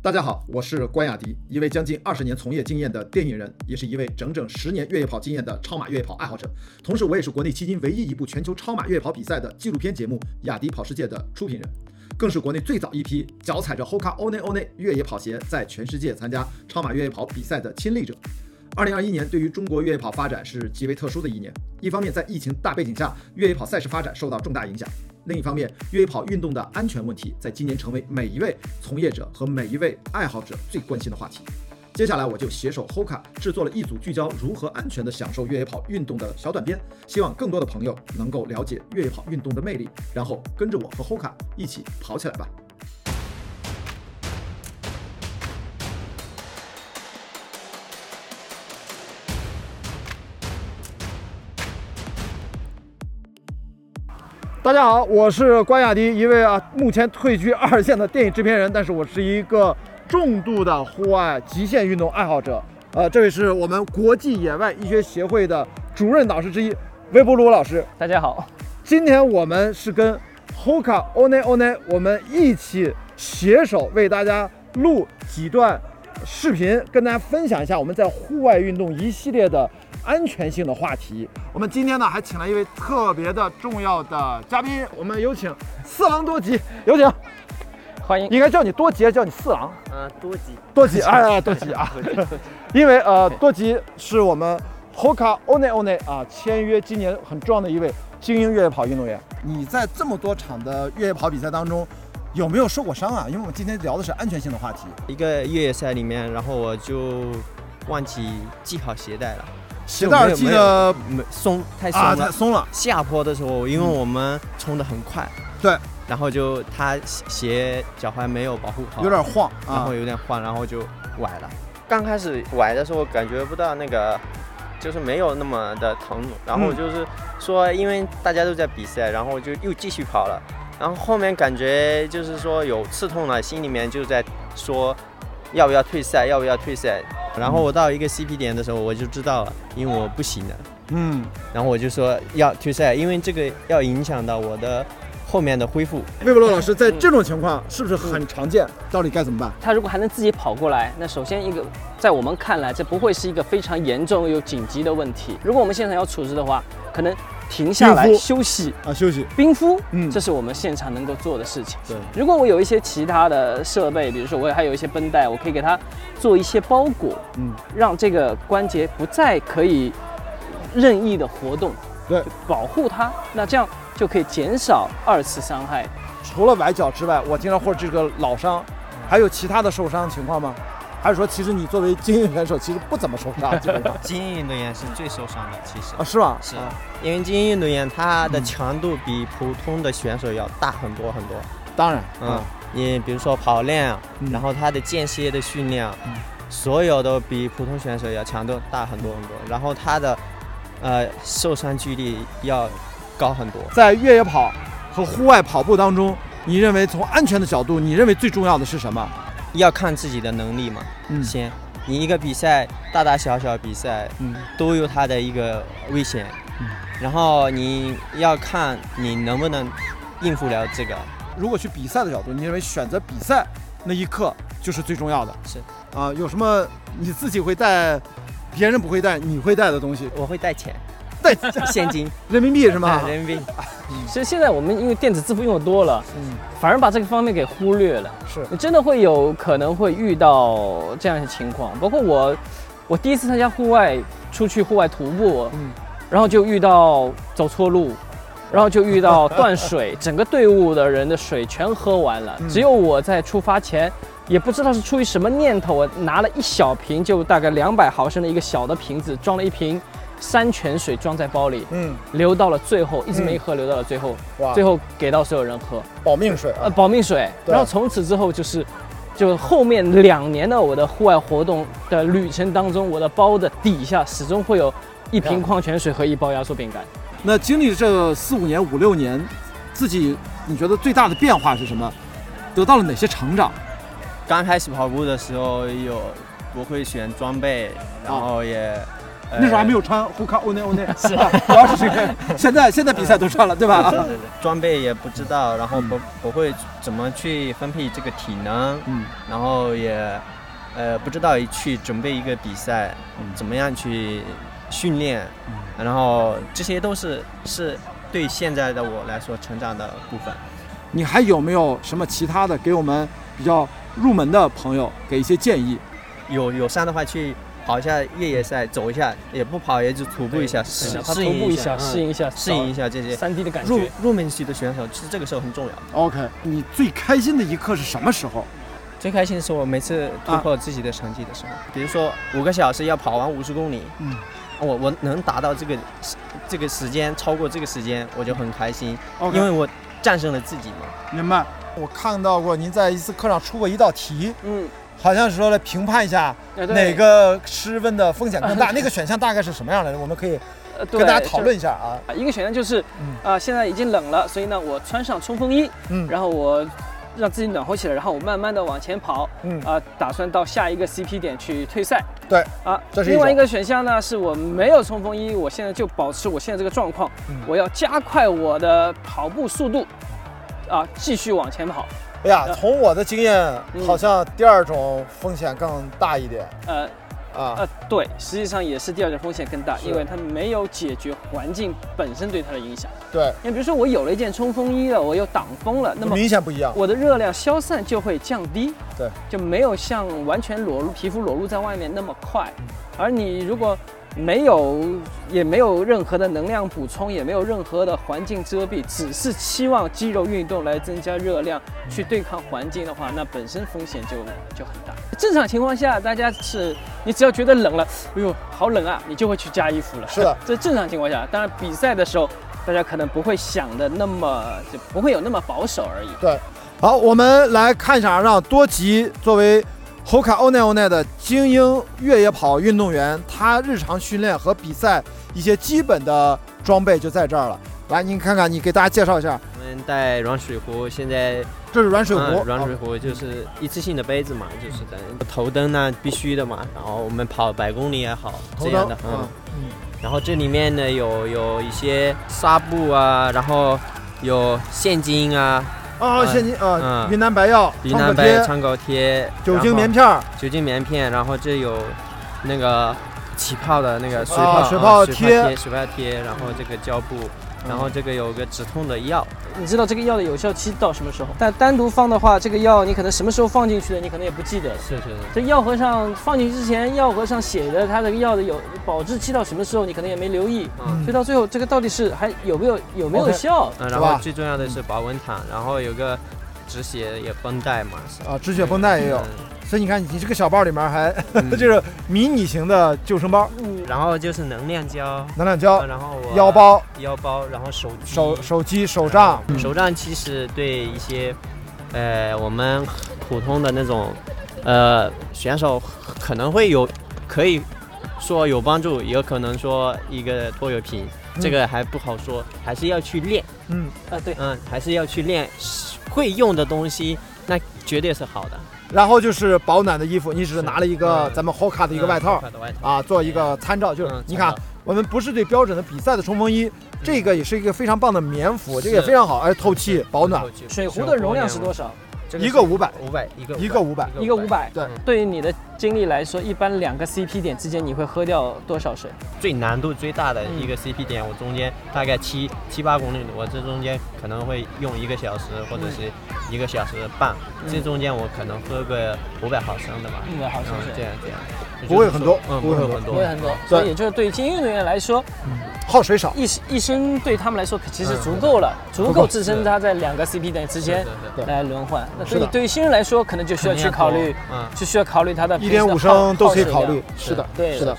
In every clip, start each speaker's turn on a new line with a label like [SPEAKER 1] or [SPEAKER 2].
[SPEAKER 1] 大家好，我是关雅迪，一位将近二十年从业经验的电影人，也是一位整整十年越野跑经验的超马越野跑爱好者。同时，我也是国内迄今唯一一部全球超马越野跑比赛的纪录片节目《雅迪跑世界》的出品人，更是国内最早一批脚踩着 Hoka One One 越野跑鞋在全世界参加超马越野跑比赛的亲历者。二零二一年对于中国越野跑发展是极为特殊的一年。一方面，在疫情大背景下，越野跑赛事发展受到重大影响；另一方面，越野跑运动的安全问题在今年成为每一位从业者和每一位爱好者最关心的话题。接下来，我就携手 Hoka 制作了一组聚焦如何安全地享受越野跑运动的小短片，希望更多的朋友能够了解越野跑运动的魅力，然后跟着我和 Hoka 一起跑起来吧。大家好，我是关雅迪，一位啊目前退居二线的电影制片人，但是我是一个重度的户外极限运动爱好者。呃，这位是我们国际野外医学协会的主任导师之一，微波炉老师。
[SPEAKER 2] 大家好，
[SPEAKER 1] 今天我们是跟 Hoka One One 我们一起携手为大家录几段视频，跟大家分享一下我们在户外运动一系列的安全性的话题。我们今天呢还请了一位特别的重要的嘉宾，我们有请四郎多吉，有请，
[SPEAKER 2] 欢 迎。
[SPEAKER 1] 应该叫你多吉，叫你四郎。
[SPEAKER 3] 啊，多吉，
[SPEAKER 1] 多吉，哎哎，多吉 啊！因为呃，多吉是我们 Hoka One One 啊签约今年很重要的一位精英越野跑运动员。你在这么多场的越野跑比赛当中，有没有受过伤啊？因为我们今天聊的是安全性的话题。
[SPEAKER 3] 一个越野赛里面，然后我就忘记系好鞋带了，
[SPEAKER 1] 鞋带儿
[SPEAKER 3] 就
[SPEAKER 1] 系
[SPEAKER 3] 没有
[SPEAKER 1] 的
[SPEAKER 3] 没有松太松
[SPEAKER 1] 啊，
[SPEAKER 3] 了。
[SPEAKER 1] 太松了。
[SPEAKER 3] 下坡的时候，因为我们冲得很快，
[SPEAKER 1] 嗯对，
[SPEAKER 3] 然后就他鞋脚踝没有保护好，
[SPEAKER 1] 有点晃
[SPEAKER 3] 然
[SPEAKER 1] 啊
[SPEAKER 3] 后。有点晃，然后就崴了。刚开始崴的时候感觉不到那个，就是没有那么的疼，然后
[SPEAKER 1] 嗯
[SPEAKER 3] 就是说因为大家都在比赛，然后就又继续跑了，然后后面感觉就是说有刺痛了，心里面就在说要不要退赛，要不要退赛。然后我到一个 CP 点的时候，我就知道了，因为我不行了，
[SPEAKER 1] 嗯，
[SPEAKER 3] 然后我就说要退赛，因为这个要影响到我的后面的恢复。
[SPEAKER 1] 魏博洛老师，在这种情况是不
[SPEAKER 3] 嗯
[SPEAKER 1] 是很常见？到底该怎么办？
[SPEAKER 2] 他如果还能自己跑过来，那首先一个，在我们看来，这不会是一个非常严重又紧急的问题。如果我们现场要处置的话，可能停下来
[SPEAKER 1] 冰敷
[SPEAKER 2] 休息、
[SPEAKER 1] 啊，休息。
[SPEAKER 2] 冰敷，
[SPEAKER 1] 嗯
[SPEAKER 2] 这是我们现场能够做的事情。
[SPEAKER 1] 对，
[SPEAKER 2] 如果我有一些其他的设备，比如说我还有一些绷带，我可以给它做一些包裹，
[SPEAKER 1] 嗯，
[SPEAKER 2] 让这个关节不再可以任意的活动，
[SPEAKER 1] 对，
[SPEAKER 2] 保护它。那这样就可以减少二次伤害。
[SPEAKER 1] 除了崴脚之外，我经常或者这个老伤，还有其他的受伤情况吗？还是说，其实你作为精英选手，其实不怎么受伤，基本上
[SPEAKER 3] 精英运动员是最受伤的，其实
[SPEAKER 1] 啊，是嗯吗？
[SPEAKER 3] 是，因为精英运动员他的强度比普通的选手要大很多很多。
[SPEAKER 1] 当然，
[SPEAKER 3] 嗯，你比如说跑量，
[SPEAKER 1] 啊嗯
[SPEAKER 3] 然后他的间歇的训练，啊
[SPEAKER 1] 嗯
[SPEAKER 3] 所有都比普通选手要强度大很多很多。然后他的呃受伤几率要高很多。
[SPEAKER 1] 在越野跑和户外跑步当中，你认为从安全的角度，你认为最重要的是什么？
[SPEAKER 3] 要看自己的能力嘛，
[SPEAKER 1] 嗯
[SPEAKER 3] 先。你一个比赛，大大小小比赛
[SPEAKER 1] 嗯
[SPEAKER 3] 都有它的一个危险，
[SPEAKER 1] 嗯
[SPEAKER 3] 然后你要看你能不能应付了这个。
[SPEAKER 1] 如果去比赛的角度，你认为选择比赛那一刻就是最重要的？
[SPEAKER 3] 是
[SPEAKER 1] 啊、有什么你自己会带，别人不会带，你会带的东西？
[SPEAKER 3] 我会带钱，
[SPEAKER 1] 带
[SPEAKER 3] 现金，
[SPEAKER 1] 人民币是吗
[SPEAKER 3] 哎？人民币。
[SPEAKER 2] 其实现在我们因为电子支付用的多了，
[SPEAKER 1] 嗯，
[SPEAKER 2] 反而把这个方面给忽略了。
[SPEAKER 1] 是
[SPEAKER 2] 你真的会有可能会遇到这样一些情况，包括我，我第一次参加户外出去户外徒步，
[SPEAKER 1] 嗯
[SPEAKER 2] 然后就遇到走错路，然后就遇到断水，整个队伍的人的水全喝完了，
[SPEAKER 1] 嗯
[SPEAKER 2] 只有我在出发前。也不知道是出于什么念头，我拿了一小瓶，就大概两百毫升的一个小的瓶子，装了一瓶山泉水，装在包里，
[SPEAKER 1] 嗯，
[SPEAKER 2] 留到了最后，一直没喝，留到了最后，
[SPEAKER 1] 哇
[SPEAKER 2] 最后给到所有人喝。
[SPEAKER 1] 保命水
[SPEAKER 2] 呃，保命水。
[SPEAKER 1] 对
[SPEAKER 2] 然后从此之后就是，就后面两年的我的户外活动的旅程当中，我的包的底下始终会有一
[SPEAKER 1] 哎呀
[SPEAKER 2] 瓶矿泉水和一包压缩饼干。
[SPEAKER 1] 那经历这四五年、五六年，自己你觉得最大的变化是什么？得到了哪些成长？
[SPEAKER 3] 刚开始跑步的时候有，我会选装备，然后也呃
[SPEAKER 4] 那时候还没有穿 h o k a o n e o n e 是吧？主要是这个。现在现在比赛都穿了，对
[SPEAKER 1] 啊
[SPEAKER 4] 吧？
[SPEAKER 3] 对对对装备也不知道，然后不不会怎么去分配这个体能，
[SPEAKER 4] 嗯，
[SPEAKER 3] 然后也呃不知道去准备一个比赛，
[SPEAKER 4] 嗯
[SPEAKER 3] 怎么样去训练，然后这些都是是对现在的我来说成长的部分。
[SPEAKER 4] 你还有没有什么其他的给我们比较入门的朋友给一些建议？
[SPEAKER 3] 有有山的话去跑一下越野赛，走一下，也不跑也就徒步一下，适
[SPEAKER 2] 哪怕徒
[SPEAKER 3] 适应
[SPEAKER 2] 步
[SPEAKER 3] 一
[SPEAKER 2] 一下，
[SPEAKER 3] 下，
[SPEAKER 2] 适应一下，
[SPEAKER 3] 适
[SPEAKER 1] 嗯
[SPEAKER 3] 应一下这些。
[SPEAKER 2] 三 D 的感
[SPEAKER 3] 入
[SPEAKER 2] 觉。
[SPEAKER 3] 入门级的选手，其实这个时候很重要。
[SPEAKER 4] OK，你最开心的一刻是什么时候？
[SPEAKER 3] 最开心的是我每次突破自己的成绩的时候，比如说五个小时要跑完五十公里，
[SPEAKER 4] 嗯，
[SPEAKER 3] 我我能达到这个这个时间，超过这个时间，我就很开心
[SPEAKER 4] OK
[SPEAKER 3] 因为我战胜了自己嘛。
[SPEAKER 4] 明白。
[SPEAKER 1] 我看到过您在一次课上出过一道题，
[SPEAKER 2] 嗯，
[SPEAKER 1] 好像是说来评判一下
[SPEAKER 2] 哎对
[SPEAKER 1] 哪个失温的风险更 大，那个选项大概是什么样的？我们可以
[SPEAKER 2] 呃对
[SPEAKER 1] 跟大家讨论一下啊。
[SPEAKER 2] 啊，一个选项就是，啊、
[SPEAKER 1] 嗯
[SPEAKER 2] 现在已经冷了，所以呢，我穿上冲锋衣，
[SPEAKER 1] 嗯
[SPEAKER 2] 然后我让自己暖和起来，然后我慢慢的往前跑，
[SPEAKER 1] 嗯
[SPEAKER 2] 啊、打算到下一个 CP 点去退赛。
[SPEAKER 1] 对，
[SPEAKER 2] 啊，
[SPEAKER 1] 这是一
[SPEAKER 2] 另外
[SPEAKER 1] 种
[SPEAKER 2] 一个选项呢，是我没有冲锋衣，我现在就保持我现在这个状况，
[SPEAKER 1] 嗯
[SPEAKER 2] 我要加快我的跑步速度，啊，继续往前跑。
[SPEAKER 1] 哎呀，从我的经验
[SPEAKER 2] 嗯，
[SPEAKER 1] 好像第二种风险更大一点
[SPEAKER 2] 呃
[SPEAKER 1] 啊。
[SPEAKER 2] 呃，对，实际上也是第二种风险更大，
[SPEAKER 1] 是
[SPEAKER 2] 因为它没有解决环境本身对它的影响。
[SPEAKER 1] 对，
[SPEAKER 2] 因为比如说我有了一件冲锋衣了，我有挡风了，那么
[SPEAKER 1] 明显不一样。
[SPEAKER 2] 我的热量消散就会降低，
[SPEAKER 1] 对，
[SPEAKER 2] 就没有像完全裸露皮肤裸露在外面那么快。
[SPEAKER 1] 嗯
[SPEAKER 2] 而你如果没有，也没有任何的能量补充，也没有任何的环境遮蔽，只是期望肌肉运动来增加热量去对抗环境的话，那本身风险就就很大。正常情况下，大家是你只要觉得冷了，哎呦好冷啊，你就会去加衣服了。
[SPEAKER 1] 是的，
[SPEAKER 2] 这正常情况下，当然比赛的时候，大家可能不会想的那么就不会有那么保守而已。
[SPEAKER 1] 好，我们来看一下啊，让多吉作为 Hoka o n e o n e 的精英越野跑运动员，他日常训练和比赛一些基本的装备就在这儿了。来，您看看，你给大家介绍一下，
[SPEAKER 3] 我们带软水壶，现在
[SPEAKER 1] 这是软水壶，
[SPEAKER 3] 嗯软水
[SPEAKER 1] 啊
[SPEAKER 3] 壶就是一次性的杯子嘛，就是咱头灯呢、必须的嘛。然后我们跑百公里也好，
[SPEAKER 1] 头
[SPEAKER 3] 这样
[SPEAKER 1] 灯
[SPEAKER 3] 的，
[SPEAKER 1] 啊
[SPEAKER 3] 嗯。然后这里面呢有有一些纱布啊，然后有现金啊，
[SPEAKER 1] 啊，现金啊，
[SPEAKER 3] 嗯
[SPEAKER 1] 云南白药、
[SPEAKER 3] 云
[SPEAKER 1] 创
[SPEAKER 3] 南
[SPEAKER 1] 可
[SPEAKER 3] 白
[SPEAKER 1] 贴、
[SPEAKER 3] 创口贴，
[SPEAKER 1] 酒
[SPEAKER 3] 然
[SPEAKER 1] 精
[SPEAKER 3] 后
[SPEAKER 1] 棉片儿
[SPEAKER 3] 酒精棉片，然后这有那个起泡的那个水泡、
[SPEAKER 1] 啊
[SPEAKER 3] 啊
[SPEAKER 1] 水
[SPEAKER 3] 水
[SPEAKER 1] 泡贴
[SPEAKER 3] 贴、水泡贴，然后这个胶布，然后这个有个止痛的药，
[SPEAKER 2] 你知道这个药的有效期到什么时候？但单独放的话，这个药你可能什么时候放进去的，你可能也不记得了。
[SPEAKER 3] 是是是，
[SPEAKER 2] 这药盒上放进去之前，药盒上写的它这个药的有保质期到什么时候，你可能也没留意，
[SPEAKER 3] 嗯
[SPEAKER 2] 所以到最后这个到底是还有没有有没有
[SPEAKER 1] OK
[SPEAKER 2] 效
[SPEAKER 3] 嗯，然后最重要的是保温
[SPEAKER 1] 嗯
[SPEAKER 3] 毯，然后有个止血也绷带嘛，是
[SPEAKER 1] 啊，止血绷带也有。所以你看，你这个小包里面还
[SPEAKER 3] 嗯
[SPEAKER 1] 这是迷你型的救生包、
[SPEAKER 2] 嗯，
[SPEAKER 3] 然后就是能量胶，
[SPEAKER 1] 能量胶、
[SPEAKER 3] 然后我
[SPEAKER 1] 呃腰、包、
[SPEAKER 3] 腰包，然后手机
[SPEAKER 1] 手手机、手杖。
[SPEAKER 3] 嗯
[SPEAKER 1] 嗯
[SPEAKER 3] 手杖其实对一些，呃，我们普通的那种，呃，选手可能会有，可以说有帮助，也有可能说一个拖油瓶，这个还不好说，还是要去练，
[SPEAKER 1] 嗯，
[SPEAKER 2] 啊对，
[SPEAKER 3] 嗯，还是要去练，会用的东西，那绝对是好的。
[SPEAKER 1] 然后就是保暖的衣服，你只是
[SPEAKER 3] 是
[SPEAKER 1] 拿了一个
[SPEAKER 3] 嗯
[SPEAKER 1] 咱们 Hoka 的一个外套
[SPEAKER 3] 嗯，的外套
[SPEAKER 1] 啊，做一个参照。就是
[SPEAKER 3] 嗯
[SPEAKER 1] 你看
[SPEAKER 3] 参照，
[SPEAKER 1] 我们不是对标准的比赛的冲锋衣，这个也是一个非常棒的棉服，这个也
[SPEAKER 3] 是
[SPEAKER 1] 非常好，哎，透气保暖，
[SPEAKER 2] 水壶的容量是嗯多
[SPEAKER 3] 少？
[SPEAKER 2] 少？
[SPEAKER 1] 一个五百，
[SPEAKER 3] 五百，一个
[SPEAKER 1] 一个五百，
[SPEAKER 2] 一个五，百。
[SPEAKER 1] 对
[SPEAKER 2] 对于你的精力来说，一般两个 CP 点之间你会喝掉多少水？
[SPEAKER 3] 最难度最大的
[SPEAKER 2] 嗯
[SPEAKER 3] 一个 CP 点，我中间大概七七八公里，我这中间可能会用一个小时或
[SPEAKER 2] 嗯
[SPEAKER 3] 者是一个小时半，这中间我可能喝个五百毫升的吧，
[SPEAKER 2] 500毫升是
[SPEAKER 3] 嗯这样这样，
[SPEAKER 1] 不会很多
[SPEAKER 3] 嗯，
[SPEAKER 1] 不
[SPEAKER 3] 不
[SPEAKER 1] 会
[SPEAKER 3] 会
[SPEAKER 1] 很多
[SPEAKER 3] 很
[SPEAKER 2] 不
[SPEAKER 3] 多，
[SPEAKER 2] 会很多，所以也就是对于精英运动员来说，
[SPEAKER 1] 耗水少。
[SPEAKER 2] 一一升对他们来说其
[SPEAKER 1] 嗯
[SPEAKER 2] 实足够了，足够支撑他在两个 CP 点之间
[SPEAKER 3] 对
[SPEAKER 1] 对
[SPEAKER 2] 来轮换。那
[SPEAKER 1] 是
[SPEAKER 2] 对
[SPEAKER 1] 的
[SPEAKER 2] 于对于新人来说，可能就需要去考虑，，
[SPEAKER 3] 嗯，
[SPEAKER 2] 就需要考虑他的
[SPEAKER 1] 一点五升都可以考虑，是的，
[SPEAKER 2] 对
[SPEAKER 1] 是的，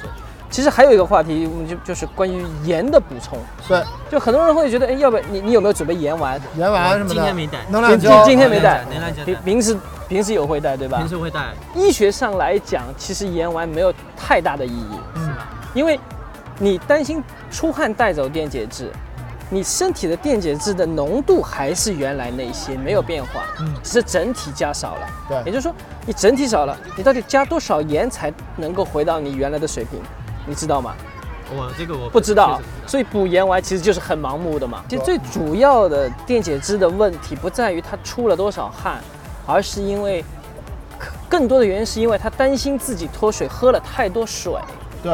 [SPEAKER 2] 其实还有一个话题，我们就就是关于盐的补充。
[SPEAKER 1] 对，
[SPEAKER 2] 就很多人会觉得，哎，要不你你有没有准备盐丸？
[SPEAKER 1] 盐丸什么
[SPEAKER 3] 今天
[SPEAKER 1] 的，
[SPEAKER 3] 没带，
[SPEAKER 1] 能量
[SPEAKER 2] 今
[SPEAKER 1] 胶，
[SPEAKER 2] 今天没带
[SPEAKER 3] 能量胶带
[SPEAKER 2] 平平时平时有会带对吧？
[SPEAKER 3] 平时会带，
[SPEAKER 2] 医学上来讲，其实盐丸没有太大的意义，
[SPEAKER 1] 嗯
[SPEAKER 2] 因为你担心出汗带走电解质，你身体的电解质的浓度还是原来那些，没有变化，只是整体加少了。
[SPEAKER 1] 嗯对
[SPEAKER 3] 嗯
[SPEAKER 2] 也就是说，你整体少了，你到底加多少盐才能够回到你原来的水平，你知道吗？
[SPEAKER 3] 我这个我
[SPEAKER 2] 不知道
[SPEAKER 3] 确实不知道
[SPEAKER 2] 所以补盐丸其实就是很盲目的嘛。其实最主要的电解质的问题不在于他出了多少汗，而是因为更多的原因是因为他担心自己脱水，喝了太多水。
[SPEAKER 1] 对，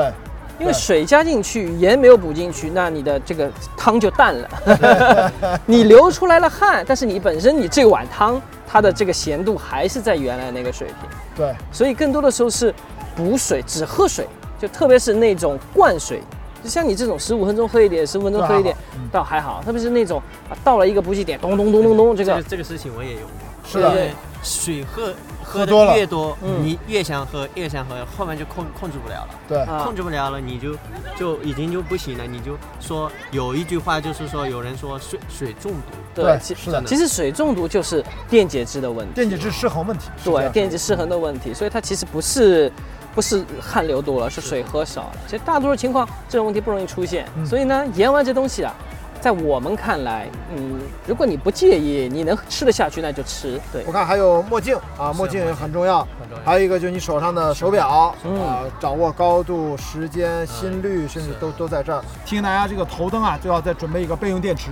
[SPEAKER 2] 因为
[SPEAKER 1] 对
[SPEAKER 2] 水加进去，盐没有补进去，那你的这个汤就淡了。 你流出来了汗，但是你本身你这碗汤它的这个咸度还是在原来那个水平，
[SPEAKER 1] 对，
[SPEAKER 2] 所以更多的时候是补水，只喝水，就特别是那种灌水，就像你这种十五分钟喝一点，十五分钟喝一点
[SPEAKER 1] 这还好嗯，
[SPEAKER 2] 倒还好。特别是那种啊到了一个补给点，咚咚咚咚咚，这
[SPEAKER 3] 这
[SPEAKER 2] 个
[SPEAKER 3] 个这个事情我也有过，
[SPEAKER 1] 是的
[SPEAKER 3] 因为水喝喝
[SPEAKER 1] 多了
[SPEAKER 3] 的越多，
[SPEAKER 2] 嗯
[SPEAKER 3] 你越想喝越想喝，后面就控控制不了了，
[SPEAKER 1] 对，
[SPEAKER 2] 啊
[SPEAKER 3] 控制不了了，你就就已经就不行了，你就说有一句话就是说有人说水水中毒，
[SPEAKER 1] 对
[SPEAKER 2] 其
[SPEAKER 1] 是的
[SPEAKER 2] 其实水中毒就是电解质的问题。
[SPEAKER 1] 电解质失衡问题，是这
[SPEAKER 2] 对
[SPEAKER 1] 样嗯
[SPEAKER 2] 电解质失衡的问题，所以它其实不是不是汗流多了，是水喝少了。其实大多数情况这种问题不容易出现，
[SPEAKER 1] 嗯
[SPEAKER 2] 所以呢，盐丸这东西啊，在我们看来，嗯，如果你不介意，你能吃得下去那就吃，对
[SPEAKER 1] 我看还有墨镜啊，墨镜也很重要，
[SPEAKER 3] 很重要
[SPEAKER 1] 还有一个就是你手上的手表，
[SPEAKER 2] 嗯哎
[SPEAKER 1] 啊，掌握高度、时间、心率，甚至都都在这儿。提醒大家，这个头灯啊，就要再准备一个备用电池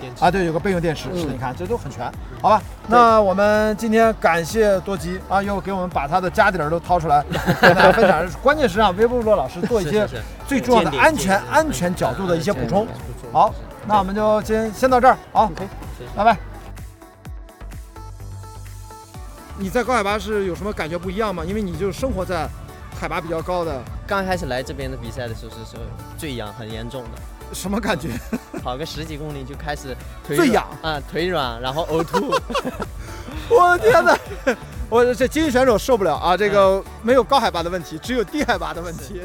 [SPEAKER 3] 电池
[SPEAKER 1] 啊，对，有个备用电池，
[SPEAKER 2] 嗯
[SPEAKER 1] 是的，你看这都很全，好吧？那我们今天感谢多吉啊，又给我们把他的家底儿都掏出来跟大家分享，关键是让微波炉老师 做一
[SPEAKER 3] 是
[SPEAKER 1] 些
[SPEAKER 3] 是是
[SPEAKER 1] 最重要的
[SPEAKER 3] 鉴定
[SPEAKER 1] 安全
[SPEAKER 3] 鉴定
[SPEAKER 1] 安全角度的一些补充
[SPEAKER 3] 嗯。嗯
[SPEAKER 1] 好，那我们就先先到这儿，好，拜拜。你在高海拔是有什么感觉不一样吗？因为你就生活在海拔比较高的，
[SPEAKER 5] 刚开始来这边的比赛的时候是是最痒很严重的，
[SPEAKER 1] 什么感觉？
[SPEAKER 5] 跑个十几公里就开始腿
[SPEAKER 1] 最
[SPEAKER 5] 软
[SPEAKER 1] 痒
[SPEAKER 5] 啊，腿软，然后呕吐。
[SPEAKER 1] 我的天哪！哎我这精英选手受不了啊！这个没有高海拔的问题，只有低海拔的问题。